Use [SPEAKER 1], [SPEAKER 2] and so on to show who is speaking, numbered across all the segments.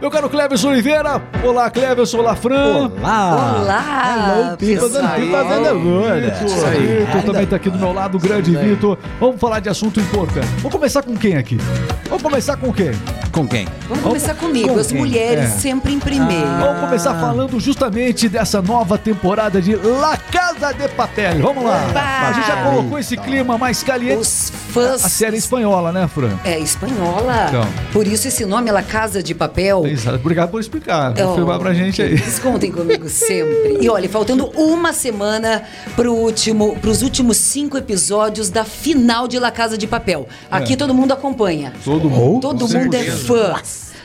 [SPEAKER 1] Meu caro Cleves Oliveira. Olá, Cleves. Olá, Fran. Tá
[SPEAKER 2] Olá!
[SPEAKER 3] Olá!
[SPEAKER 2] Hello, pessoal.
[SPEAKER 3] Tá dando- tá
[SPEAKER 1] Olá,
[SPEAKER 3] dando agora.
[SPEAKER 1] Vitor.
[SPEAKER 3] Isso aí.
[SPEAKER 1] Vitor também tá aqui do meu lado, o grande Vitor. Vamos falar de assunto importante. Vamos começar com quem aqui? Vamos começar com quem?
[SPEAKER 2] Com quem?
[SPEAKER 3] Vamos começar comigo,
[SPEAKER 1] com
[SPEAKER 3] as
[SPEAKER 1] quem? É.
[SPEAKER 3] mulheres
[SPEAKER 1] Ah,
[SPEAKER 3] sempre em primeiro.
[SPEAKER 1] Vamos começar falando justamente dessa nova temporada de La Casa de Papel. Vamos lá.
[SPEAKER 3] Opa! Então.
[SPEAKER 1] A gente já colocou esse clima mais caliente.
[SPEAKER 3] Os fãs.
[SPEAKER 1] A série espanhola, né, Fran?
[SPEAKER 3] É espanhola.
[SPEAKER 1] Então.
[SPEAKER 3] Por isso esse nome, La Casa de Papel.
[SPEAKER 1] Exato. Obrigado por explicar.
[SPEAKER 3] É, ó,
[SPEAKER 1] Vou filmar pra gente aí.
[SPEAKER 3] Vocês contem comigo sempre. E olha, faltando uma semana pro último, pros últimos cinco episódios da final de La Casa de Papel. Aqui todo mundo acompanha.
[SPEAKER 1] É. Todo mundo.
[SPEAKER 3] Todo
[SPEAKER 1] Oh, Com
[SPEAKER 3] mundo é
[SPEAKER 1] certeza.
[SPEAKER 3] fã.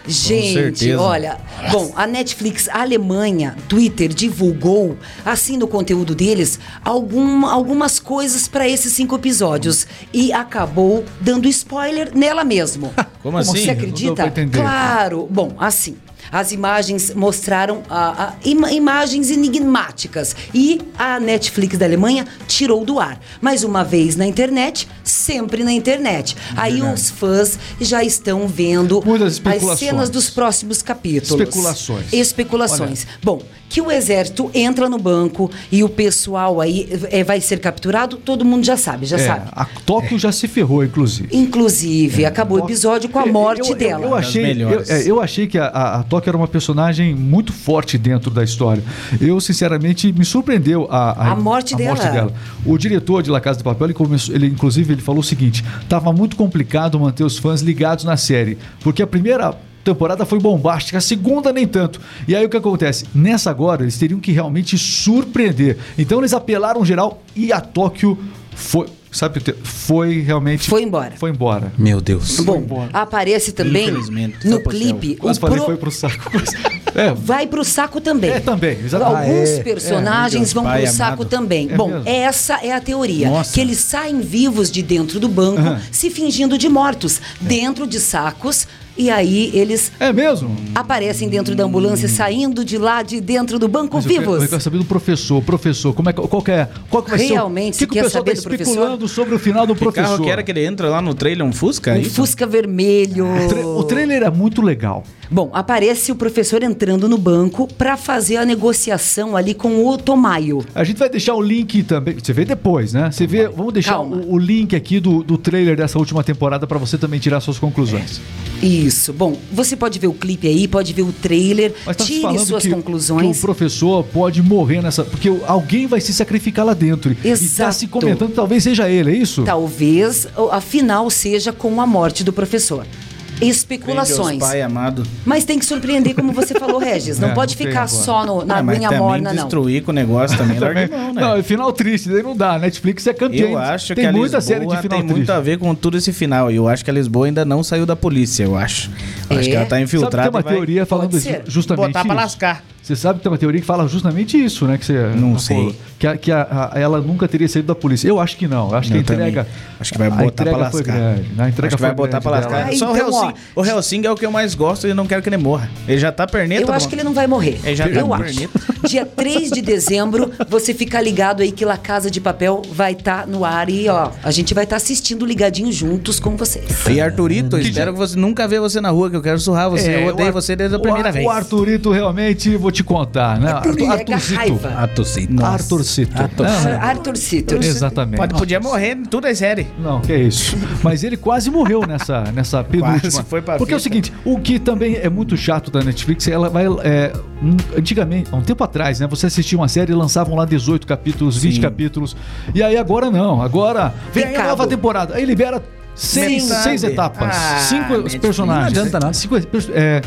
[SPEAKER 3] Gente,
[SPEAKER 2] certeza.
[SPEAKER 3] olha. Bom, a Netflix Alemanha, Twitter, divulgou, assim no conteúdo deles, algum, algumas coisas pra esses cinco episódios. E acabou dando spoiler nela mesmo.
[SPEAKER 2] Como assim?
[SPEAKER 3] Você
[SPEAKER 1] Não deu pra
[SPEAKER 3] acredita?
[SPEAKER 1] entender.
[SPEAKER 3] Claro. Bom, assim. As imagens mostraram ah, ah, ima- imagens enigmáticas e a Netflix da Alemanha tirou do ar. Mais uma vez na internet, sempre na internet. Aí os fãs já estão vendo
[SPEAKER 1] É Muitas
[SPEAKER 3] as
[SPEAKER 1] especulações.
[SPEAKER 3] cenas dos próximos capítulos.
[SPEAKER 1] Especulações.
[SPEAKER 3] Especulações. Bom, que o exército entra no banco e o pessoal aí eh, vai ser capturado, todo mundo já sabe, já
[SPEAKER 1] É,
[SPEAKER 3] sabe.
[SPEAKER 1] a Tóquio já se ferrou, inclusive.
[SPEAKER 3] Inclusive, acabou o episódio com a
[SPEAKER 1] Eu-
[SPEAKER 3] morte
[SPEAKER 1] eu- eu-
[SPEAKER 3] dela.
[SPEAKER 1] Eu, achei,
[SPEAKER 2] Das
[SPEAKER 1] eu,
[SPEAKER 2] melhores.
[SPEAKER 1] é, eu achei que a, a, a Tóquio era uma personagem muito forte dentro da história. Eu, sinceramente, me surpreendeu a,
[SPEAKER 3] A morte dela.
[SPEAKER 1] O diretor de La Casa de Papel, ele, começou, ele inclusive, ele falou o seguinte: estava muito complicado manter os fãs ligados na série, porque a primeira temporada foi bombástica, a segunda nem tanto. E aí o que acontece? Nessa agora, eles teriam que realmente surpreender. Então eles apelaram geral e a Tóquio foi. Sabe, o te- foi realmente.
[SPEAKER 3] Foi embora.
[SPEAKER 1] Foi embora.
[SPEAKER 2] Meu Deus.
[SPEAKER 3] Bom, aparece também
[SPEAKER 2] Infelizmente,
[SPEAKER 3] no
[SPEAKER 2] foi pro
[SPEAKER 3] clipe.
[SPEAKER 1] Quase
[SPEAKER 3] o
[SPEAKER 1] falei,
[SPEAKER 3] pro-
[SPEAKER 1] foi pro saco. mas- é,
[SPEAKER 3] Vai pro saco também.
[SPEAKER 1] é, também. Exatamente.
[SPEAKER 3] Alguns
[SPEAKER 2] Ah, é. É, meu
[SPEAKER 3] personagens
[SPEAKER 2] Deus,
[SPEAKER 3] vão
[SPEAKER 2] pai
[SPEAKER 3] pro saco
[SPEAKER 2] amado.
[SPEAKER 3] também.
[SPEAKER 1] É
[SPEAKER 3] Bom,
[SPEAKER 1] mesmo?
[SPEAKER 3] essa é a teoria.
[SPEAKER 2] Nossa.
[SPEAKER 3] Que eles saem vivos de dentro do banco,
[SPEAKER 1] Aham.
[SPEAKER 3] se fingindo de mortos, dentro de sacos, e aí eles
[SPEAKER 1] É mesmo?
[SPEAKER 3] aparecem dentro da ambulância, saindo de lá de dentro do banco
[SPEAKER 1] Hum. Mas eu quero, é eu
[SPEAKER 3] vivos.
[SPEAKER 1] quero saber do professor. Professor, como é, que- qual que é? Qual que vai
[SPEAKER 3] Realmente,
[SPEAKER 1] ser o, o que, que
[SPEAKER 3] você
[SPEAKER 1] o pessoal
[SPEAKER 3] quer saber
[SPEAKER 1] tá
[SPEAKER 3] do professor?
[SPEAKER 1] especulando sobre o final do
[SPEAKER 2] Que
[SPEAKER 1] professor?
[SPEAKER 2] carro que era que ele entra lá no trailer? Um Fusca? é
[SPEAKER 3] Um
[SPEAKER 2] isso?
[SPEAKER 3] Fusca vermelho.
[SPEAKER 1] O tra- O trailer é muito legal.
[SPEAKER 3] Bom, aparece o professor entrando no banco pra fazer a negociação ali com o Tomaio.
[SPEAKER 1] A gente vai deixar o link também. Você vê depois, né? Você vê. Vamos deixar
[SPEAKER 3] Calma.
[SPEAKER 1] o, o link aqui do, do trailer dessa última temporada pra você também tirar suas conclusões.
[SPEAKER 3] É. Isso. Bom, você pode ver o clipe aí, pode ver o trailer,
[SPEAKER 1] Mas tá se
[SPEAKER 3] tire
[SPEAKER 1] falando
[SPEAKER 3] suas
[SPEAKER 1] que, que
[SPEAKER 3] conclusões.
[SPEAKER 1] o professor pode morrer nessa. Porque alguém vai se sacrificar lá dentro. E tá
[SPEAKER 3] Exato.
[SPEAKER 1] se comentando, talvez seja ele, é isso?
[SPEAKER 3] Talvez a final seja com a morte do professor.
[SPEAKER 2] Meu Deus,
[SPEAKER 3] Especulações.
[SPEAKER 2] pai amado.
[SPEAKER 3] Mas tem que surpreender, como você falou, Regis. Não
[SPEAKER 1] É,
[SPEAKER 3] pode
[SPEAKER 1] não tem
[SPEAKER 3] ficar
[SPEAKER 1] agora.
[SPEAKER 3] só no- na
[SPEAKER 2] Ah, mas
[SPEAKER 3] aguinha
[SPEAKER 2] também
[SPEAKER 3] morna, não.
[SPEAKER 2] destruir com o negócio também, larga mão, né?
[SPEAKER 1] Não, é final triste, daí não dá. Netflix é campeã.
[SPEAKER 2] eu acho
[SPEAKER 1] tem
[SPEAKER 2] que a
[SPEAKER 1] muita
[SPEAKER 2] Lisboa
[SPEAKER 1] série de final
[SPEAKER 2] tem
[SPEAKER 1] triste.
[SPEAKER 2] muito a ver com tudo esse final. E eu acho que a Lisboa ainda não saiu da polícia, eu acho. Eu Acho
[SPEAKER 3] É?
[SPEAKER 2] que ela tá
[SPEAKER 1] Sabe que tem
[SPEAKER 2] infiltrada
[SPEAKER 1] uma
[SPEAKER 2] e vai
[SPEAKER 1] teoria falando
[SPEAKER 3] Pode
[SPEAKER 1] ju-
[SPEAKER 3] ser.
[SPEAKER 1] justamente
[SPEAKER 2] botar pra
[SPEAKER 1] isso?
[SPEAKER 2] lascar.
[SPEAKER 1] Você sabe que tem uma teoria que fala justamente isso, né? Que você
[SPEAKER 2] Não
[SPEAKER 1] pô,
[SPEAKER 2] sei.
[SPEAKER 1] Que, a- que a- a- ela nunca teria saído da polícia. Eu acho que não. Eu acho que a
[SPEAKER 2] Eu
[SPEAKER 1] entrega.
[SPEAKER 2] também. Acho que vai
[SPEAKER 1] a
[SPEAKER 2] botar pra
[SPEAKER 1] entrega foi
[SPEAKER 2] lascar.
[SPEAKER 1] grande, né? A entrega
[SPEAKER 2] Acho que
[SPEAKER 1] foi
[SPEAKER 2] vai botar
[SPEAKER 1] grande
[SPEAKER 2] pra
[SPEAKER 1] dela.
[SPEAKER 2] lascar.
[SPEAKER 3] Ah,
[SPEAKER 2] Só
[SPEAKER 3] então,
[SPEAKER 2] o Helsing.
[SPEAKER 3] ó.
[SPEAKER 2] O Helsing é o que eu mais gosto e não quero que ele morra. Ele já tá perneta.
[SPEAKER 3] Eu acho
[SPEAKER 2] mano.
[SPEAKER 3] que ele não vai morrer.
[SPEAKER 1] É,
[SPEAKER 2] Ele já tá
[SPEAKER 3] eu
[SPEAKER 2] com
[SPEAKER 3] acho.
[SPEAKER 2] perneta.
[SPEAKER 3] Dia 3 de dezembro, você fica ligado aí que La Casa de Papel vai estar no ar e, ó, a gente vai estar assistindo ligadinho juntos com vocês.
[SPEAKER 2] E Arturito, espero que você nunca vê você na rua, que eu quero surrar você.
[SPEAKER 1] É,
[SPEAKER 2] eu
[SPEAKER 1] o
[SPEAKER 2] odeio
[SPEAKER 1] Ar-
[SPEAKER 2] você desde a
[SPEAKER 1] o
[SPEAKER 2] primeira
[SPEAKER 1] Ar-
[SPEAKER 2] vez.
[SPEAKER 1] O Arthurito realmente, vou te contar, né?
[SPEAKER 3] Arthurito, é que a raiva.
[SPEAKER 2] Arturcito.
[SPEAKER 1] Arthurcito.
[SPEAKER 2] Arturcito.
[SPEAKER 1] Não, é.
[SPEAKER 3] Arthur Sitter.
[SPEAKER 1] Exatamente.
[SPEAKER 2] Pode, podia morrer, tudo é série.
[SPEAKER 1] Não, que é isso. Mas ele quase morreu nessa, nessa penúltima.
[SPEAKER 2] foi pra
[SPEAKER 1] Porque é o
[SPEAKER 2] fita.
[SPEAKER 1] seguinte, o que também é muito chato da Netflix, ela vai... é, um- antigamente, há um tempo atrás, né? Você assistia uma série e lançavam lá 18 capítulos, 20
[SPEAKER 2] Sim.
[SPEAKER 1] capítulos. E aí agora não. Agora vem aí a
[SPEAKER 3] Picado.
[SPEAKER 1] nova temporada. Aí libera seis,
[SPEAKER 2] Metade.
[SPEAKER 1] seis etapas.
[SPEAKER 2] Ah,
[SPEAKER 1] cinco
[SPEAKER 2] Netflix,
[SPEAKER 1] personagens.
[SPEAKER 2] não adianta nada.
[SPEAKER 1] Cinco, perso- é,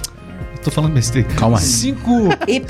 [SPEAKER 1] tô falando besteira.
[SPEAKER 2] Calma aí.
[SPEAKER 1] Cinco...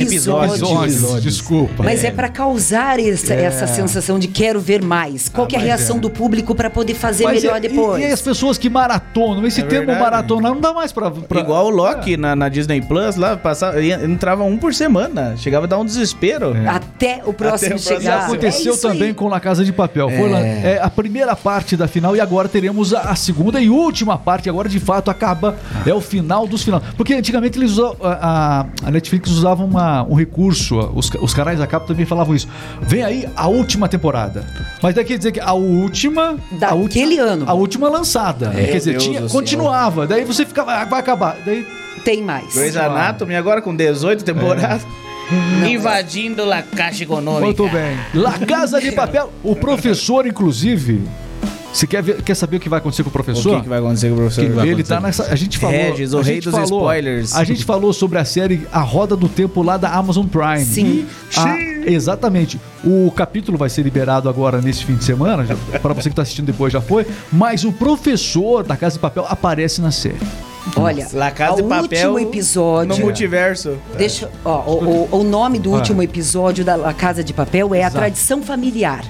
[SPEAKER 3] Episódios.
[SPEAKER 1] Episódios, desculpa.
[SPEAKER 3] Mas é, pra causar essa, essa sensação de quero ver mais. Qual que é a
[SPEAKER 1] mas
[SPEAKER 3] reação
[SPEAKER 1] é.
[SPEAKER 3] do público pra poder fazer
[SPEAKER 1] Mas
[SPEAKER 3] melhor
[SPEAKER 1] é- e-
[SPEAKER 3] depois?
[SPEAKER 1] E, as pessoas que maratonam, esse
[SPEAKER 2] É
[SPEAKER 1] termo
[SPEAKER 2] verdade.
[SPEAKER 1] maratonar não dá mais pra. pra-
[SPEAKER 2] Igual o Loki na, na Disney Plus, lá passava, ia- entrava um por semana. Chegava a dar um desespero.
[SPEAKER 3] Até o próximo
[SPEAKER 2] Até o próximo.
[SPEAKER 3] chegar.
[SPEAKER 1] Aconteceu
[SPEAKER 3] É isso
[SPEAKER 1] também
[SPEAKER 3] aí.
[SPEAKER 1] com La Casa de Papel. Foi lá, é, a primeira parte da final e agora teremos a, a segunda e última parte. Agora, de fato, acaba. É o final dos finais. Porque antigamente eles usavam. A, a- a Netflix usava uma- um recurso. ó, Os, ca- os canais da capa também falavam isso. Vem aí a última temporada. Mas daí quer dizer que a última. a última-
[SPEAKER 3] Daquele ano.
[SPEAKER 1] A última lançada. quer dizer,
[SPEAKER 2] É, Deus
[SPEAKER 1] tinha,
[SPEAKER 2] do céu.
[SPEAKER 1] continuava. Daí você ficava. "Ah, Vai acabar. Daí.
[SPEAKER 3] Tem mais.
[SPEAKER 2] Grey's Anatomy, agora com 18 temporadas. É.
[SPEAKER 4] Invadindo La Caixa Econômica.
[SPEAKER 1] Muito bem. La Casa de Papel. O professor, inclusive. Você quer, ver- quer saber o que vai acontecer com o
[SPEAKER 2] O
[SPEAKER 1] professor?
[SPEAKER 2] que, que vai acontecer com o professor?
[SPEAKER 1] Ele tá nessa. A gente falou.
[SPEAKER 2] Regis, o
[SPEAKER 1] a
[SPEAKER 2] rei
[SPEAKER 1] gente
[SPEAKER 2] dos spoilers.
[SPEAKER 1] A gente falou sobre a série A Roda do Tempo lá da Amazon Prime.
[SPEAKER 3] Sim.
[SPEAKER 1] E a- exatamente. O capítulo vai ser liberado agora nesse fim de semana. já- Pra você que tá assistindo depois já foi. Mas o professor da Casa de Papel aparece na série.
[SPEAKER 3] Olha,
[SPEAKER 2] La Casa de
[SPEAKER 3] o
[SPEAKER 2] Papel
[SPEAKER 3] último episódio.
[SPEAKER 2] No multiverso.
[SPEAKER 3] Deixa, ó, o, o- o nome do último episódio da La Casa de Papel é A Tradição Familiar.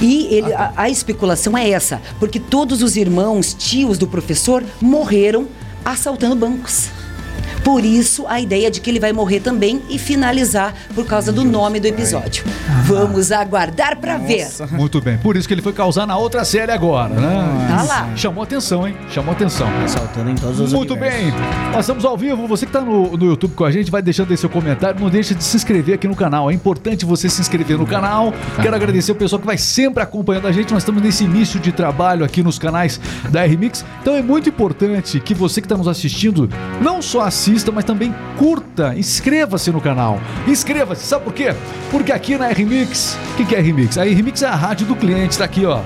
[SPEAKER 3] E ele- a, a especulação é essa, porque todos os irmãos, tios do professor, morreram assaltando bancos. Por isso, a ideia de que ele vai morrer também e finalizar por causa do nome do episódio. Vamos aguardar pra ver.
[SPEAKER 1] Muito bem. Por isso que ele foi causar na outra série agora, né?
[SPEAKER 3] Tá lá.
[SPEAKER 1] Chamou atenção, hein? Chamou atenção.
[SPEAKER 2] Saltando em todos os
[SPEAKER 1] Muito bem, nós estamos ao vivo. Você que está no, no YouTube com a gente, vai deixando aí seu comentário. Não deixa de se inscrever aqui no canal. É importante você se inscrever no canal. Quero agradecer o pessoal que vai sempre acompanhando a gente. Nós estamos nesse início de trabalho aqui nos canais da RMix. Então é muito importante que você que está nos assistindo não só assista, mas também curta. Inscreva-se no canal. Inscreva-se. Sabe por quê? Porque aqui na RMix, o que, que é RMix? A RMix é a rádio do cliente. Está aqui, ó.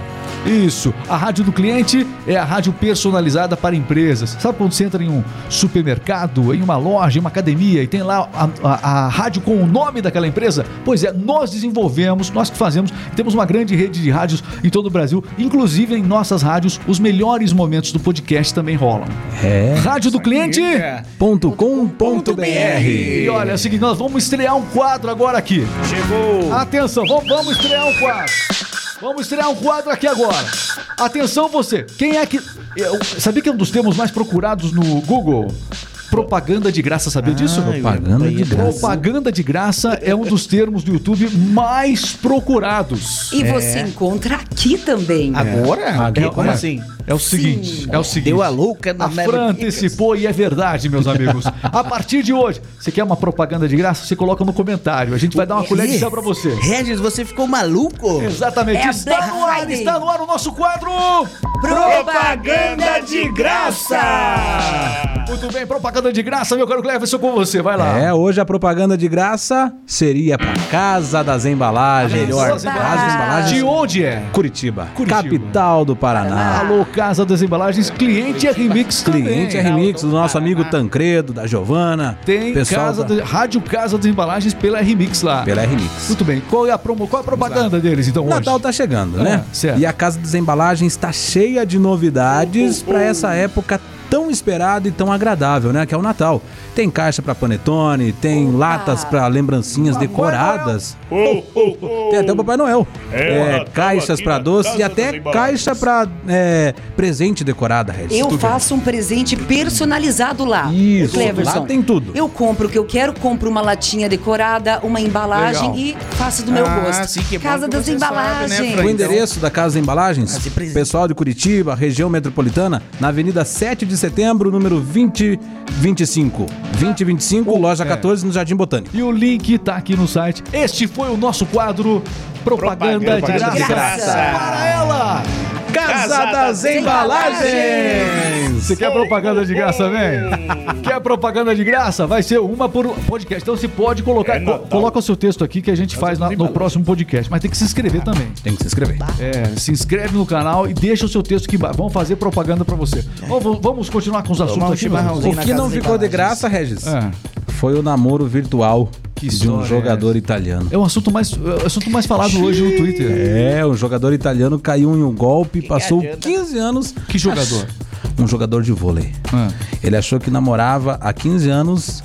[SPEAKER 1] Isso. A rádio do cliente é a rádio personalizada para empresas. Sabe quando você entra em um supermercado, em uma loja, em uma academia e tem lá a, a- a rádio com o nome daquela empresa? Pois é, nós desenvolvemos, nós que fazemos, temos uma grande rede de rádios em todo o Brasil. Inclusive em nossas rádios, os melhores momentos do podcast também rolam. É. Rádio do cliente. E olha, é o seguinte, nós vamos estrear um quadro agora aqui.
[SPEAKER 2] Chegou.
[SPEAKER 1] Atenção, vamos, vamos estrear um quadro. Vamos estrear um quadro aqui agora. Atenção você, quem é que... Eu, sabia que é um dos termos mais procurados no Google? Propaganda de graça, sabia disso?
[SPEAKER 5] Propaganda de graça.
[SPEAKER 1] Propaganda de graça é um dos termos do YouTube mais procurados.
[SPEAKER 3] E você encontra aqui também.
[SPEAKER 2] Agora?
[SPEAKER 5] Agora?
[SPEAKER 2] Como assim?
[SPEAKER 1] É o seguinte, é o seguinte.
[SPEAKER 2] Deu a louca na
[SPEAKER 1] A Fran antecipou e é verdade, meus amigos. A partir de hoje, você quer uma propaganda de graça? Você coloca no comentário. A gente vai dar uma colher de chá pra você.
[SPEAKER 4] Regis, você ficou maluco?
[SPEAKER 1] Exatamente.
[SPEAKER 3] É a
[SPEAKER 1] está
[SPEAKER 3] Black
[SPEAKER 1] no ar,
[SPEAKER 3] Friday.
[SPEAKER 1] está no ar o nosso quadro.
[SPEAKER 3] Propaganda de graça!
[SPEAKER 1] Muito bem, propaganda de graça, meu caro Cleverson, com você, vai lá.
[SPEAKER 5] É, hoje a propaganda de graça seria pra Casa das Embalagens.
[SPEAKER 1] Melhor.
[SPEAKER 5] Casa das Embalagens.
[SPEAKER 1] De onde é?
[SPEAKER 5] Curitiba,
[SPEAKER 1] Curitiba.
[SPEAKER 5] capital do Paraná.
[SPEAKER 1] Alô, Casa das Embalagens, cliente RMix
[SPEAKER 5] Tá
[SPEAKER 1] também.
[SPEAKER 5] Cliente RMix do nosso amigo Tancredo, da Giovana.
[SPEAKER 1] Tem
[SPEAKER 5] pessoal
[SPEAKER 1] casa
[SPEAKER 5] da-
[SPEAKER 1] da- Rádio Casa das Embalagens pela RMix lá.
[SPEAKER 5] pela RMix.
[SPEAKER 1] Muito bem, qual é a, promo, qual é a propaganda deles então
[SPEAKER 5] O
[SPEAKER 1] hoje?
[SPEAKER 5] Natal tá chegando, né?
[SPEAKER 1] É, certo.
[SPEAKER 5] E a Casa das Embalagens está cheia de novidades pra essa época tão esperada e tão agradável, né? Que é o Natal. Tem caixa pra panetone, tem latas pra lembrancinhas decoradas. Tem até o Papai Noel. É, caixas pra doce e até caixa pra é, presente decorada, Regis.
[SPEAKER 3] Eu
[SPEAKER 5] Tudo. é
[SPEAKER 3] faço um presente personalizado lá.
[SPEAKER 5] Isso,
[SPEAKER 3] Cleverson.
[SPEAKER 5] lá tem tudo.
[SPEAKER 3] Eu compro o que eu quero, compro uma latinha decorada, uma embalagem e faço do meu
[SPEAKER 2] Ah,
[SPEAKER 3] gosto.
[SPEAKER 2] sim, que bom
[SPEAKER 3] Casa
[SPEAKER 2] que
[SPEAKER 3] das
[SPEAKER 2] você
[SPEAKER 3] embalagens.
[SPEAKER 2] sabe, né,
[SPEAKER 5] O
[SPEAKER 2] Então-
[SPEAKER 5] endereço da Casa Embalagens,
[SPEAKER 4] de presente.
[SPEAKER 5] pessoal de Curitiba, região metropolitana, na Avenida 7 de Setembro, número 2025. 2025, loja 14, no Jardim Botânico.
[SPEAKER 1] E o link tá aqui no site. Este foi o nosso quadro Propaganda, de,
[SPEAKER 2] Propaganda
[SPEAKER 1] graça.
[SPEAKER 2] de
[SPEAKER 3] Graça.
[SPEAKER 1] Para ela!
[SPEAKER 5] Casa das Embalagens!
[SPEAKER 1] Você quer propaganda de graça, vem? Quer propaganda de graça? Vai ser uma por podcast. Então você pode
[SPEAKER 2] É,
[SPEAKER 1] colocar. co-
[SPEAKER 2] tá.
[SPEAKER 1] coloca o seu texto aqui que a gente faz na- no próximo podcast. Mas tem que se inscrever também.
[SPEAKER 5] Tem que se inscrever.
[SPEAKER 1] É, se inscreve no canal e deixa o seu texto aqui embaixo. Vamos fazer propaganda pra você. Vamos, vamos continuar com os assuntos
[SPEAKER 2] um
[SPEAKER 1] aqui, meus amigos.
[SPEAKER 2] chimarrãozinho.
[SPEAKER 5] O
[SPEAKER 2] na
[SPEAKER 5] que
[SPEAKER 2] Casa
[SPEAKER 5] não
[SPEAKER 2] das
[SPEAKER 5] ficou de
[SPEAKER 2] Embalagens.
[SPEAKER 5] graça, Regis,
[SPEAKER 1] É.
[SPEAKER 5] foi o namoro virtual de
[SPEAKER 1] história
[SPEAKER 5] um
[SPEAKER 1] é
[SPEAKER 5] jogador italiano.
[SPEAKER 1] É um assunto mais, é um assunto mais falado hoje no Twitter.
[SPEAKER 5] É, um jogador italiano caiu em um golpe, passou 15 anos.
[SPEAKER 1] Que jogador?
[SPEAKER 5] Um jogador de vôlei.
[SPEAKER 1] Ah.
[SPEAKER 5] Ele achou que namorava há 15 anos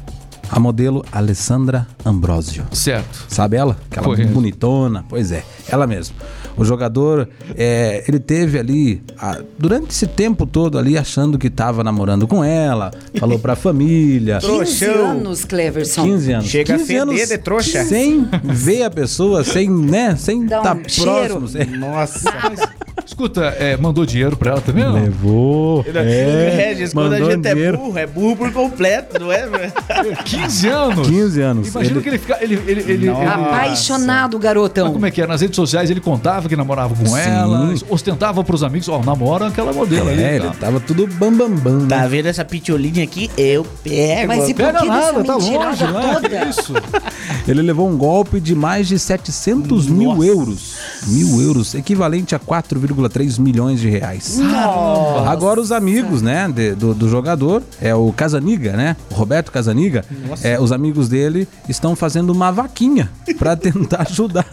[SPEAKER 5] a modelo Alessandra Ambrosio.
[SPEAKER 1] Certo.
[SPEAKER 5] Sabe ela? Aquela
[SPEAKER 1] Conheço.
[SPEAKER 5] bonitona. Pois é, ela mesmo. O jogador, é, ele teve ali, a- durante esse tempo todo ali, achando que estava namorando com ela, falou pra família.
[SPEAKER 3] 15
[SPEAKER 2] Trouxão.
[SPEAKER 3] anos, Cleverson.
[SPEAKER 5] 15 anos.
[SPEAKER 2] Chega a
[SPEAKER 5] 15
[SPEAKER 2] feder de trouxa.
[SPEAKER 5] Sem ver a pessoa, sem, né? Sem
[SPEAKER 3] Dá um
[SPEAKER 5] estar
[SPEAKER 3] cheiro.
[SPEAKER 5] próximo. sem-
[SPEAKER 2] Nossa.
[SPEAKER 1] Mas escuta, é, mandou dinheiro pra ela também? Não?
[SPEAKER 5] Levou. É,
[SPEAKER 2] Regis, quando a
[SPEAKER 5] mandou
[SPEAKER 2] gente é
[SPEAKER 5] dinheiro.
[SPEAKER 2] burro, é burro por completo, não é? velho?
[SPEAKER 1] 15 anos.
[SPEAKER 5] 15 anos.
[SPEAKER 1] Imagina
[SPEAKER 5] Ele-
[SPEAKER 1] que ele fica. Ele, ele, ele, ele-
[SPEAKER 2] Nossa.
[SPEAKER 3] Apaixonado,
[SPEAKER 1] Mas
[SPEAKER 3] garotão.
[SPEAKER 1] como é que é? Nas redes sociais ele contava que namorava com
[SPEAKER 5] Sim.
[SPEAKER 1] ela, ostentava pros amigos, ó, namora aquela modelo ali.
[SPEAKER 5] É, ele
[SPEAKER 1] tá.
[SPEAKER 5] tava tudo bambambam. né? Bam,
[SPEAKER 4] Tá vendo essa pitolinha aqui? Eu
[SPEAKER 2] é
[SPEAKER 4] pego.
[SPEAKER 3] Mas e por
[SPEAKER 1] Pega
[SPEAKER 3] que dessa
[SPEAKER 1] nada, tá longe
[SPEAKER 3] mentirada
[SPEAKER 1] lá.
[SPEAKER 3] toda?
[SPEAKER 1] que Isso.
[SPEAKER 5] Ele levou um golpe de mais de 700 mil euros. Mil euros, equivalente a 4,3 milhões de reais. Agora os amigos, né, de- do, do jogador, é o Casaniga, né? O Roberto Casaniga, é, os amigos dele estão fazendo uma vaquinha pra tentar ajudar.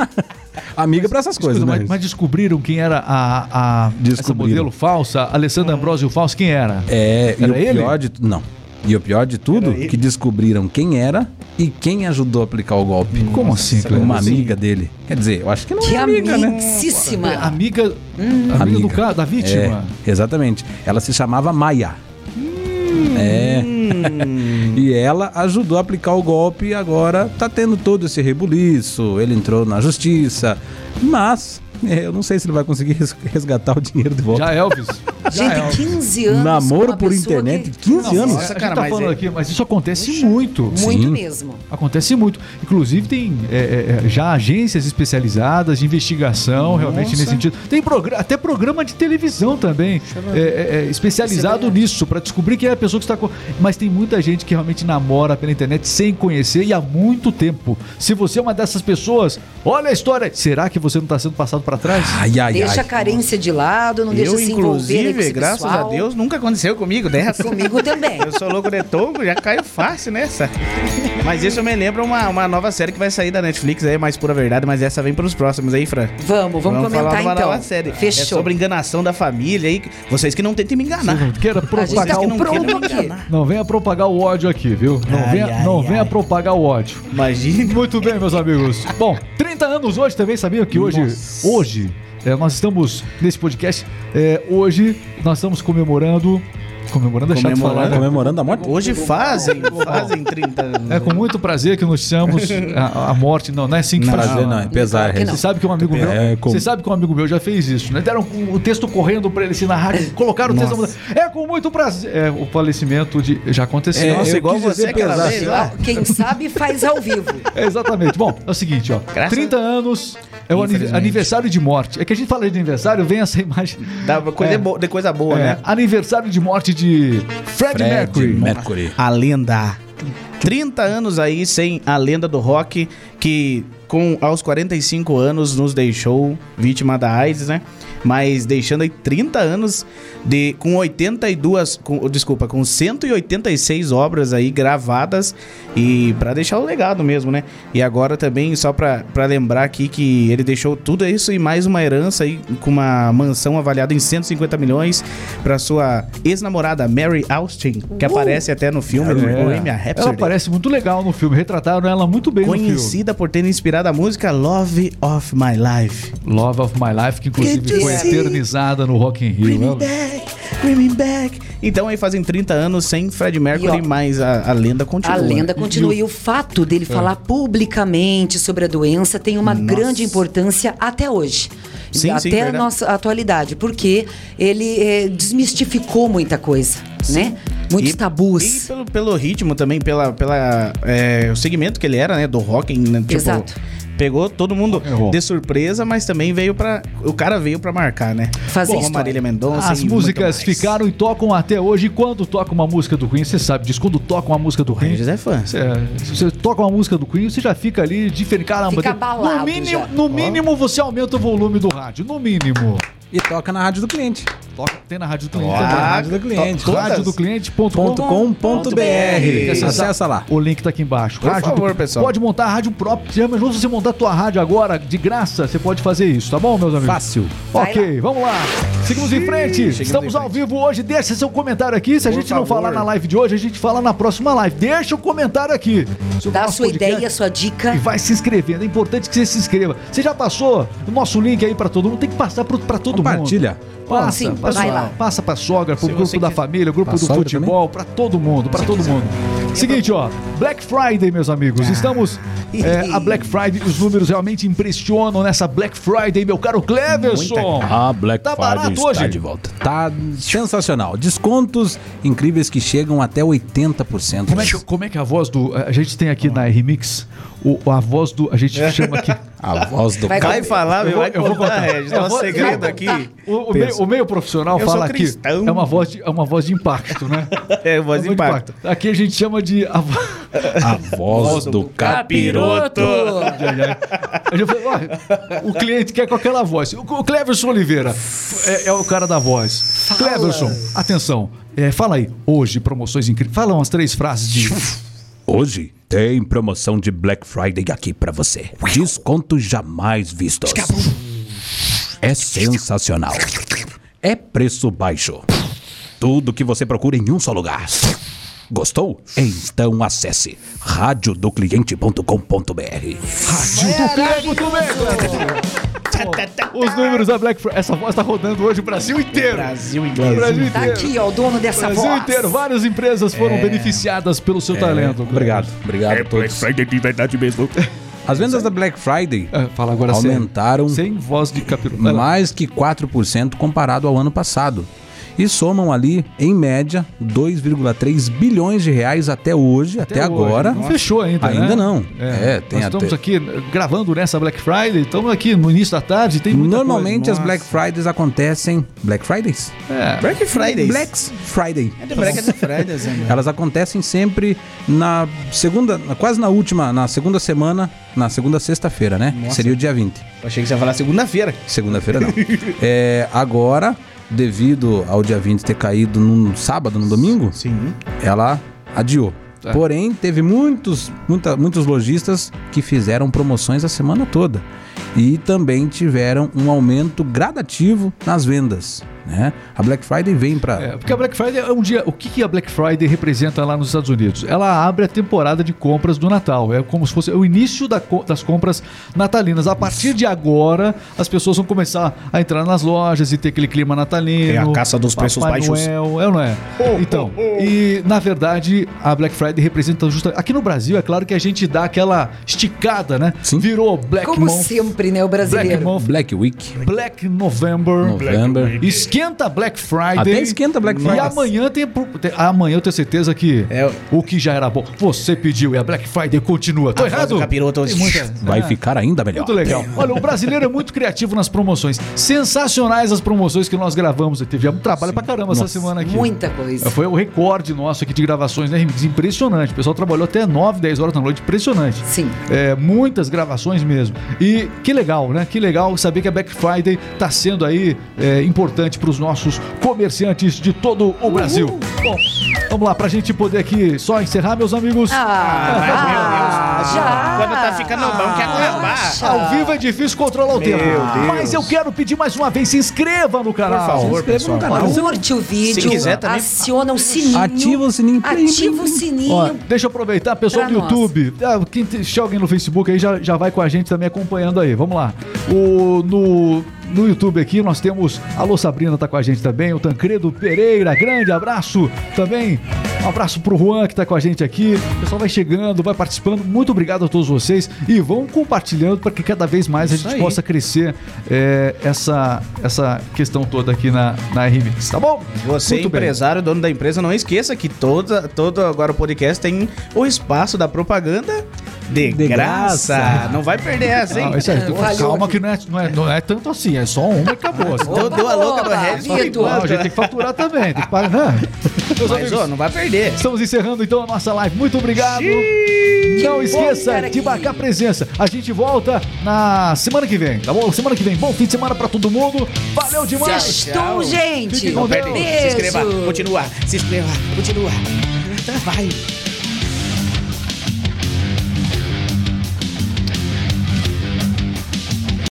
[SPEAKER 5] Amiga pra essas coisas,
[SPEAKER 1] Coisa,
[SPEAKER 5] né?
[SPEAKER 1] mas, mas descobriram quem era a, a essa
[SPEAKER 5] Descobriram.
[SPEAKER 1] modelo falsa, Alessandra
[SPEAKER 2] Hum.
[SPEAKER 1] Ambrosio falsa, quem era?
[SPEAKER 5] É, e
[SPEAKER 1] Era
[SPEAKER 5] o
[SPEAKER 1] ele?
[SPEAKER 5] pior de tudo. Não. E o pior de tudo, que descobriram quem era e quem ajudou a aplicar o golpe.
[SPEAKER 1] Como assim, Cleber?
[SPEAKER 5] Uma amiga dele. Quer dizer, eu acho que não
[SPEAKER 3] Que
[SPEAKER 5] é amiga, né?
[SPEAKER 3] amicíssima.
[SPEAKER 1] É, Amiga,
[SPEAKER 2] Hum.
[SPEAKER 1] amiga, do cara, da vítima.
[SPEAKER 5] É, exatamente. Ela se chamava Maia. É. e ela ajudou a aplicar o golpe e agora tá tendo todo esse rebuliço. Ele entrou na justiça. Mas é, eu não sei se ele vai conseguir res- resgatar o dinheiro de volta.
[SPEAKER 1] Já Elvis. Já
[SPEAKER 3] Gente,
[SPEAKER 1] Elvis.
[SPEAKER 3] 15 anos.
[SPEAKER 5] Namoro
[SPEAKER 3] com uma
[SPEAKER 5] por
[SPEAKER 3] pessoa
[SPEAKER 5] internet,
[SPEAKER 3] que-
[SPEAKER 5] 15
[SPEAKER 1] Não,
[SPEAKER 5] anos.
[SPEAKER 1] a gente
[SPEAKER 2] cara,
[SPEAKER 1] tá
[SPEAKER 2] mas
[SPEAKER 1] falando
[SPEAKER 2] é-
[SPEAKER 1] aqui, mas isso acontece muito.
[SPEAKER 3] Muito
[SPEAKER 5] Sim.
[SPEAKER 3] mesmo.
[SPEAKER 1] Acontece muito. Inclusive, tem é, é, já agências especializadas de investigação, realmente nesse sentido. Tem progra- até programa de televisão também, é, é, é, especializado nisso, para descobrir quem é a pessoa que está. co- Mas tem muita gente que realmente namora pela internet sem conhecer e há muito tempo. Se você é uma dessas pessoas, olha a história. Será que você não está sendo passado para trás?
[SPEAKER 5] Ai, ai,
[SPEAKER 3] Deixa a
[SPEAKER 5] ai.
[SPEAKER 3] carência de lado, não deixa
[SPEAKER 2] Eu,
[SPEAKER 3] se envolver aí com
[SPEAKER 2] inclusive,
[SPEAKER 3] esse
[SPEAKER 2] graças
[SPEAKER 3] pessoal.
[SPEAKER 2] a Deus, nunca aconteceu comigo dessa.
[SPEAKER 3] Comigo também.
[SPEAKER 2] Eu sou louco de tongo, já caio fácil né, nessa. Mas isso me lembra uma, uma nova série que vai sair da Netflix aí, mais pura verdade, mas essa vem pros próximos aí, Fran.
[SPEAKER 3] Vamos, vamos,
[SPEAKER 2] falar
[SPEAKER 3] comentar
[SPEAKER 2] numa
[SPEAKER 3] então.
[SPEAKER 2] nova série. É
[SPEAKER 3] Fechou.
[SPEAKER 2] sobre enganação da família aí. Vocês que não tentem me enganar.
[SPEAKER 1] Que era
[SPEAKER 3] A gente tá
[SPEAKER 1] propagar
[SPEAKER 2] que
[SPEAKER 1] o...
[SPEAKER 2] não né? queiram
[SPEAKER 3] pronto
[SPEAKER 2] me
[SPEAKER 3] aqui.
[SPEAKER 2] enganar.
[SPEAKER 1] Não venha propagar o ódio aqui, viu? Não
[SPEAKER 2] Ai,
[SPEAKER 1] venha,
[SPEAKER 2] ai,
[SPEAKER 1] não
[SPEAKER 2] ai.
[SPEAKER 1] venha propagar o ódio.
[SPEAKER 2] Imagina.
[SPEAKER 1] Muito bem, meus amigos. Bom, 30 anos hoje também, sabia que hoje, hoje, é, nós estamos nesse podcast, é, hoje nós estamos comemorando, comemorando é chato falar,
[SPEAKER 2] Comemorando.
[SPEAKER 1] né?
[SPEAKER 5] Comemorando a morte?
[SPEAKER 2] Hoje fazem, fazem 30 anos.
[SPEAKER 1] É com muito prazer que noticiamos a, a morte, não, não é assim que
[SPEAKER 5] Não,
[SPEAKER 1] faz.
[SPEAKER 5] prazer não, é pesar.
[SPEAKER 3] que não.
[SPEAKER 1] Você sabe que um amigo meu,
[SPEAKER 5] É, com-
[SPEAKER 1] você sabe que um amigo meu já fez isso, né? Deram o texto correndo pra ele se narrar, colocaram o texto. na mudança. É com muito prazer. É, o falecimento de já aconteceu.
[SPEAKER 5] É, eu quis dizer pesar.
[SPEAKER 2] lá.
[SPEAKER 3] Quem sabe faz ao vivo.
[SPEAKER 1] É, exatamente. Bom, é o seguinte, ó.
[SPEAKER 2] Graças-
[SPEAKER 1] 30 anos é o anive-
[SPEAKER 2] Infelizmente.
[SPEAKER 1] aniversário de morte. É que a gente fala de aniversário, vem essa imagem.
[SPEAKER 2] Dá uma coisa
[SPEAKER 1] É.
[SPEAKER 2] bo- de coisa boa,
[SPEAKER 1] É,
[SPEAKER 2] né?
[SPEAKER 1] aniversário de morte de Fred,
[SPEAKER 5] Fred
[SPEAKER 1] Mercury.
[SPEAKER 5] Mercury.
[SPEAKER 2] A lenda. 30 anos aí sem a lenda do rock, que com aos 45 anos nos deixou vítima da AIDS, né? Mas deixando aí 30 anos de com 82, com, desculpa, com 186 obras aí gravadas e pra deixar o legado mesmo, né? E agora também só pra pra lembrar aqui que ele deixou tudo isso e mais uma herança aí com uma mansão avaliada em 150 milhões pra sua ex-namorada Mary Austin, que
[SPEAKER 3] Uh!
[SPEAKER 2] aparece até no filme do
[SPEAKER 1] É.
[SPEAKER 2] Bohemian
[SPEAKER 1] Ela
[SPEAKER 2] Rhapsody.
[SPEAKER 1] parece muito legal no filme. Retrataram ela muito bem no filme.
[SPEAKER 2] Conhecida por ter inspirado a música Love of My Life.
[SPEAKER 1] Love of My Life, que inclusive
[SPEAKER 2] Good to
[SPEAKER 1] foi
[SPEAKER 2] see.
[SPEAKER 1] eternizada no Rock in
[SPEAKER 2] Bring
[SPEAKER 1] Rio.
[SPEAKER 2] me
[SPEAKER 1] né?
[SPEAKER 2] back, bring me back. Então aí fazem 30 anos sem Fred Mercury,
[SPEAKER 3] E, ó,
[SPEAKER 2] mas a, a lenda continua.
[SPEAKER 3] A lenda continua. E o fato dele
[SPEAKER 2] Ah.
[SPEAKER 3] falar publicamente sobre a doença tem uma grande importância até hoje.
[SPEAKER 2] Sim, sim,
[SPEAKER 3] até a
[SPEAKER 2] verdade.
[SPEAKER 3] nossa atualidade, porque ele eh, desmistificou muita coisa, né? Muitos
[SPEAKER 2] E-
[SPEAKER 3] tabus.
[SPEAKER 2] E pelo, pelo ritmo também, pela, pela, é, o segmento que ele era, né? Do rock, né, tipo,
[SPEAKER 3] Exato.
[SPEAKER 2] Pegou todo mundo
[SPEAKER 1] and roll.
[SPEAKER 2] de surpresa, mas também veio pra. O cara veio pra marcar, né?
[SPEAKER 3] Fazer
[SPEAKER 2] Como a
[SPEAKER 3] história.
[SPEAKER 2] Marília Mendonça.
[SPEAKER 1] Então, assim, As
[SPEAKER 2] e Então, assim, muito
[SPEAKER 1] músicas
[SPEAKER 2] mais.
[SPEAKER 1] ficaram e tocam até hoje. E quando toca uma música do Queen, você sabe disso. Quando toca uma música do
[SPEAKER 2] O
[SPEAKER 1] Queen,
[SPEAKER 2] Regis é fã.
[SPEAKER 1] Cê- se você toca uma música do Queen, você já fica ali diferente. Caramba,
[SPEAKER 3] Fica
[SPEAKER 1] tem-
[SPEAKER 3] abalado
[SPEAKER 1] no mínimo,
[SPEAKER 3] já.
[SPEAKER 1] no mínimo você aumenta o volume do rádio. No mínimo.
[SPEAKER 5] E toca na rádio do cliente.
[SPEAKER 1] Toca, tem na rádio do cliente.
[SPEAKER 5] Toca na
[SPEAKER 1] também.
[SPEAKER 5] rádio do cliente.
[SPEAKER 2] Ah, to- todas.
[SPEAKER 1] Rádio do
[SPEAKER 5] Ponto com ponto BR. Acessa lá.
[SPEAKER 1] O link tá aqui embaixo.
[SPEAKER 2] Por
[SPEAKER 1] Rádio do-
[SPEAKER 2] favor, pessoal.
[SPEAKER 1] Pode montar a rádio própria. Se mesmo você montar a tua rádio agora, de graça, você pode fazer isso, tá bom, meus amigos?
[SPEAKER 5] Fácil.
[SPEAKER 3] Vai
[SPEAKER 1] Ok, vamos lá. Seguimos em frente. Estamos
[SPEAKER 2] em
[SPEAKER 1] ao vivo hoje. Deixa seu comentário aqui. Se a
[SPEAKER 2] Por
[SPEAKER 1] gente não
[SPEAKER 2] favor.
[SPEAKER 1] falar na live de hoje, a gente fala na próxima live. Deixa o comentário aqui. sobre o
[SPEAKER 3] Dá a
[SPEAKER 1] nosso
[SPEAKER 3] sua
[SPEAKER 1] podcast.
[SPEAKER 3] ideia, a sua
[SPEAKER 1] E
[SPEAKER 3] dica.
[SPEAKER 1] vai se inscrevendo. É importante que você se inscreva. Você já passou o nosso link aí pra todo mundo? Tem que passar pro, pra todo
[SPEAKER 5] Compartilha.
[SPEAKER 1] mundo. Passa,
[SPEAKER 3] Sim,
[SPEAKER 1] passa,
[SPEAKER 3] vai lá.
[SPEAKER 1] passa pra sogra, pro
[SPEAKER 2] Se
[SPEAKER 1] grupo
[SPEAKER 2] você
[SPEAKER 1] da
[SPEAKER 2] quiser.
[SPEAKER 1] família, grupo
[SPEAKER 5] Pra
[SPEAKER 1] do
[SPEAKER 5] sogra
[SPEAKER 1] futebol, pra todo mundo, pra todo mundo. Seguinte, ó, Black Friday, meus amigos, estamos É, a Black Friday, os números realmente impressionam nessa Black Friday, meu caro Cleverson.
[SPEAKER 5] Ah, Black
[SPEAKER 1] Tá
[SPEAKER 5] Friday
[SPEAKER 1] barato
[SPEAKER 5] está
[SPEAKER 1] hoje?
[SPEAKER 5] de volta. Tá sensacional. Descontos incríveis que chegam até 80%.
[SPEAKER 1] Como é, que, como é que a voz do. A gente tem aqui na Remix o, a voz do. A gente chama aqui.
[SPEAKER 5] A voz do
[SPEAKER 3] Vai
[SPEAKER 5] cara.
[SPEAKER 2] Vai falar, meu, vai contar, Regis.
[SPEAKER 1] Eu
[SPEAKER 2] Tá um
[SPEAKER 1] vou-
[SPEAKER 2] segredo
[SPEAKER 1] eu
[SPEAKER 2] aqui.
[SPEAKER 1] vou- O, o meio, o meio profissional
[SPEAKER 2] Eu sou
[SPEAKER 1] fala aqui.
[SPEAKER 2] cristão.
[SPEAKER 1] É uma voz de, é uma voz de impacto, né?
[SPEAKER 2] É, voz de impacto.
[SPEAKER 1] Aqui a gente chama de. A, vo-
[SPEAKER 5] A voz do capiroto.
[SPEAKER 1] Eu já falei, "Ó, o cliente quer com aquela voz. O, o Cleverson Oliveira é, é o cara da voz. Cleverson, atenção. É, fala aí, hoje, promoções incríveis. Fala umas três frases de.
[SPEAKER 5] Hoje tem promoção de Black Friday aqui pra você. Descontos jamais vistos. É sensacional. É preço baixo. Tudo que você procura em um só lugar. Gostou? Então acesse radiodocliente.com.br.
[SPEAKER 1] Os números da Black Friday. Essa voz tá rodando hoje o Brasil inteiro.
[SPEAKER 2] Brasil
[SPEAKER 1] O
[SPEAKER 2] inglês.
[SPEAKER 1] Brasil
[SPEAKER 3] Tá
[SPEAKER 1] inteiro.
[SPEAKER 3] aqui, ó, o dono dessa
[SPEAKER 1] Brasil
[SPEAKER 3] voz.
[SPEAKER 1] inteiro. Várias empresas foram beneficiadas pelo seu talento.
[SPEAKER 5] É. Obrigado,
[SPEAKER 1] É,
[SPEAKER 5] obrigado a todos.
[SPEAKER 6] de verdade mesmo.
[SPEAKER 5] As vendas da Black Friday
[SPEAKER 1] É, fala agora sério.
[SPEAKER 5] aumentaram
[SPEAKER 1] Sem voz de capiroto. Vai lá.
[SPEAKER 5] mais que 4% comparado ao ano passado. E somam ali, em média, 2,3 bilhões de reais até hoje, até,
[SPEAKER 1] hoje.
[SPEAKER 5] agora.
[SPEAKER 1] Não fechou ainda.
[SPEAKER 5] Ainda
[SPEAKER 1] né?
[SPEAKER 5] não.
[SPEAKER 1] É,
[SPEAKER 5] É, tem
[SPEAKER 1] Nós
[SPEAKER 5] até-
[SPEAKER 1] estamos aqui gravando nessa Black Friday, estamos aqui no início da tarde, tem muita
[SPEAKER 5] Normalmente as
[SPEAKER 1] coisa.
[SPEAKER 5] Black Fridays acontecem. Black Fridays?
[SPEAKER 1] É.
[SPEAKER 2] Black Fridays.
[SPEAKER 5] Black Friday.
[SPEAKER 2] É de Black Fridays, né?
[SPEAKER 5] Elas acontecem sempre na segunda, na- quase na última, na segunda semana, na segunda sexta-feira, né? Seria o dia 20.
[SPEAKER 2] Eu achei que você ia falar segunda-feira.
[SPEAKER 5] Segunda-feira não. é, agora, devido ao dia 20 ter caído num sábado, no domingo,
[SPEAKER 2] Sim.
[SPEAKER 5] ela adiou.
[SPEAKER 1] Tá.
[SPEAKER 5] Porém, teve muitos, muita, muitos lojistas que fizeram promoções a semana toda. E também tiveram um aumento gradativo nas vendas. Né? A Black Friday vem para.
[SPEAKER 1] É, porque a Black Friday é um dia. O que, que a Black Friday representa lá nos Estados Unidos? Ela abre a temporada de compras do Natal. É como se fosse o início da co- das compras natalinas. A partir de agora, as pessoas vão começar a entrar nas lojas e ter aquele clima natalino.
[SPEAKER 2] É a caça dos preços
[SPEAKER 1] Papai
[SPEAKER 2] baixos.
[SPEAKER 1] Noel, é ou não é? então, e na verdade, a Black Friday representa justamente. Aqui no Brasil, é claro que a gente dá aquela esticada, né?
[SPEAKER 5] Sim.
[SPEAKER 1] Virou Black
[SPEAKER 3] Como
[SPEAKER 1] Month.
[SPEAKER 3] sempre, né, o
[SPEAKER 1] Black
[SPEAKER 3] brasileiro.
[SPEAKER 1] Month,
[SPEAKER 5] Black Week,
[SPEAKER 1] Black November.
[SPEAKER 5] November.
[SPEAKER 1] Esquenta Black Friday.
[SPEAKER 5] Até esquenta Black Friday.
[SPEAKER 1] E amanhã tem, pro- tem- Amanhã eu tenho certeza que
[SPEAKER 2] É,
[SPEAKER 1] o que já era bom. Você pediu e a Black Friday continua. Tô
[SPEAKER 2] A voz
[SPEAKER 1] errado?
[SPEAKER 2] do capiroto.
[SPEAKER 1] Tem muita-
[SPEAKER 5] Vai ficar ainda melhor.
[SPEAKER 1] É. Muito legal. Olha, o brasileiro é muito criativo nas promoções. Sensacionais as promoções que nós gravamos. Tivemos trabalho pra caramba essa semana aqui.
[SPEAKER 3] Muita coisa.
[SPEAKER 1] Foi o recorde nosso aqui de gravações, né? Remix? Impressionante. O pessoal trabalhou até 9, 10 horas da noite. Impressionante.
[SPEAKER 3] Sim.
[SPEAKER 1] É, muitas gravações mesmo. E que legal, né? Que legal saber que a Black Friday tá sendo aí é, importante para os nossos comerciantes de todo o Brasil. Bom, vamos lá, pra gente poder aqui só encerrar, meus amigos.
[SPEAKER 2] Ah,
[SPEAKER 3] Ah,
[SPEAKER 2] Deus.
[SPEAKER 3] já.
[SPEAKER 2] Quando tá ficando bom, quer acabar.
[SPEAKER 3] Relaxa.
[SPEAKER 1] Ah, Ao vivo é difícil controlar o tempo. Mas eu quero pedir mais uma vez: se inscreva no canal.
[SPEAKER 2] Por favor,
[SPEAKER 5] inscreva no
[SPEAKER 2] pessoal.
[SPEAKER 5] canal.
[SPEAKER 3] Curte o vídeo,
[SPEAKER 2] Se quiser também-
[SPEAKER 3] aciona o sininho.
[SPEAKER 5] Ativa o sininho. Plim, plim,
[SPEAKER 3] Ativa o
[SPEAKER 5] plim.
[SPEAKER 3] sininho.
[SPEAKER 1] Ó, deixa eu aproveitar, pessoal
[SPEAKER 3] Pra
[SPEAKER 1] do
[SPEAKER 3] nós.
[SPEAKER 1] YouTube. Ah, quem te- se alguém no Facebook aí já, já vai com a gente também acompanhando aí. Vamos lá. O, no, no YouTube aqui nós temos. Alô Sabrina tá com a gente também. O Tancredo Pereira, grande abraço também. Um abraço pro Juan que tá com a gente aqui. O pessoal vai chegando, vai participando. Muito obrigado a todos vocês. E vão compartilhando para que cada vez mais a
[SPEAKER 2] Isso
[SPEAKER 1] gente
[SPEAKER 2] aí.
[SPEAKER 1] possa crescer é, essa, essa questão toda aqui na, na Remix, tá bom?
[SPEAKER 2] Você,
[SPEAKER 1] Muito bem.
[SPEAKER 2] empresário, dono da empresa, não esqueça que toda, todo agora o podcast tem o espaço da propaganda de,
[SPEAKER 5] De
[SPEAKER 2] graça.
[SPEAKER 5] graça.
[SPEAKER 2] Não vai perder essa, hein?
[SPEAKER 1] Ah, isso aí, tu-
[SPEAKER 3] Valeu.
[SPEAKER 1] calma que não é, não, é, não é tanto assim, é só uma e acabou. assim.
[SPEAKER 2] Deu- deu a louca
[SPEAKER 3] Oba,
[SPEAKER 2] no Regis.
[SPEAKER 1] Só que,
[SPEAKER 3] Vitor.
[SPEAKER 1] não, a gente tem que faturar também, tem que pagar. né? Meus
[SPEAKER 2] Mas,
[SPEAKER 1] amigos,
[SPEAKER 2] ó, não vai perder.
[SPEAKER 1] Estamos encerrando então a nossa live. Muito obrigado. Não
[SPEAKER 3] estar
[SPEAKER 1] esqueça
[SPEAKER 3] aqui.
[SPEAKER 1] de marcar presença. A gente volta na semana que vem, tá bom? Semana que vem. Bom fim de semana pra todo mundo. Valeu demais.
[SPEAKER 3] Sextou, gente.
[SPEAKER 1] Fiquem com
[SPEAKER 2] Não perde.
[SPEAKER 1] Deus.
[SPEAKER 2] Se inscreva, continua, se inscreva, continua. Vai.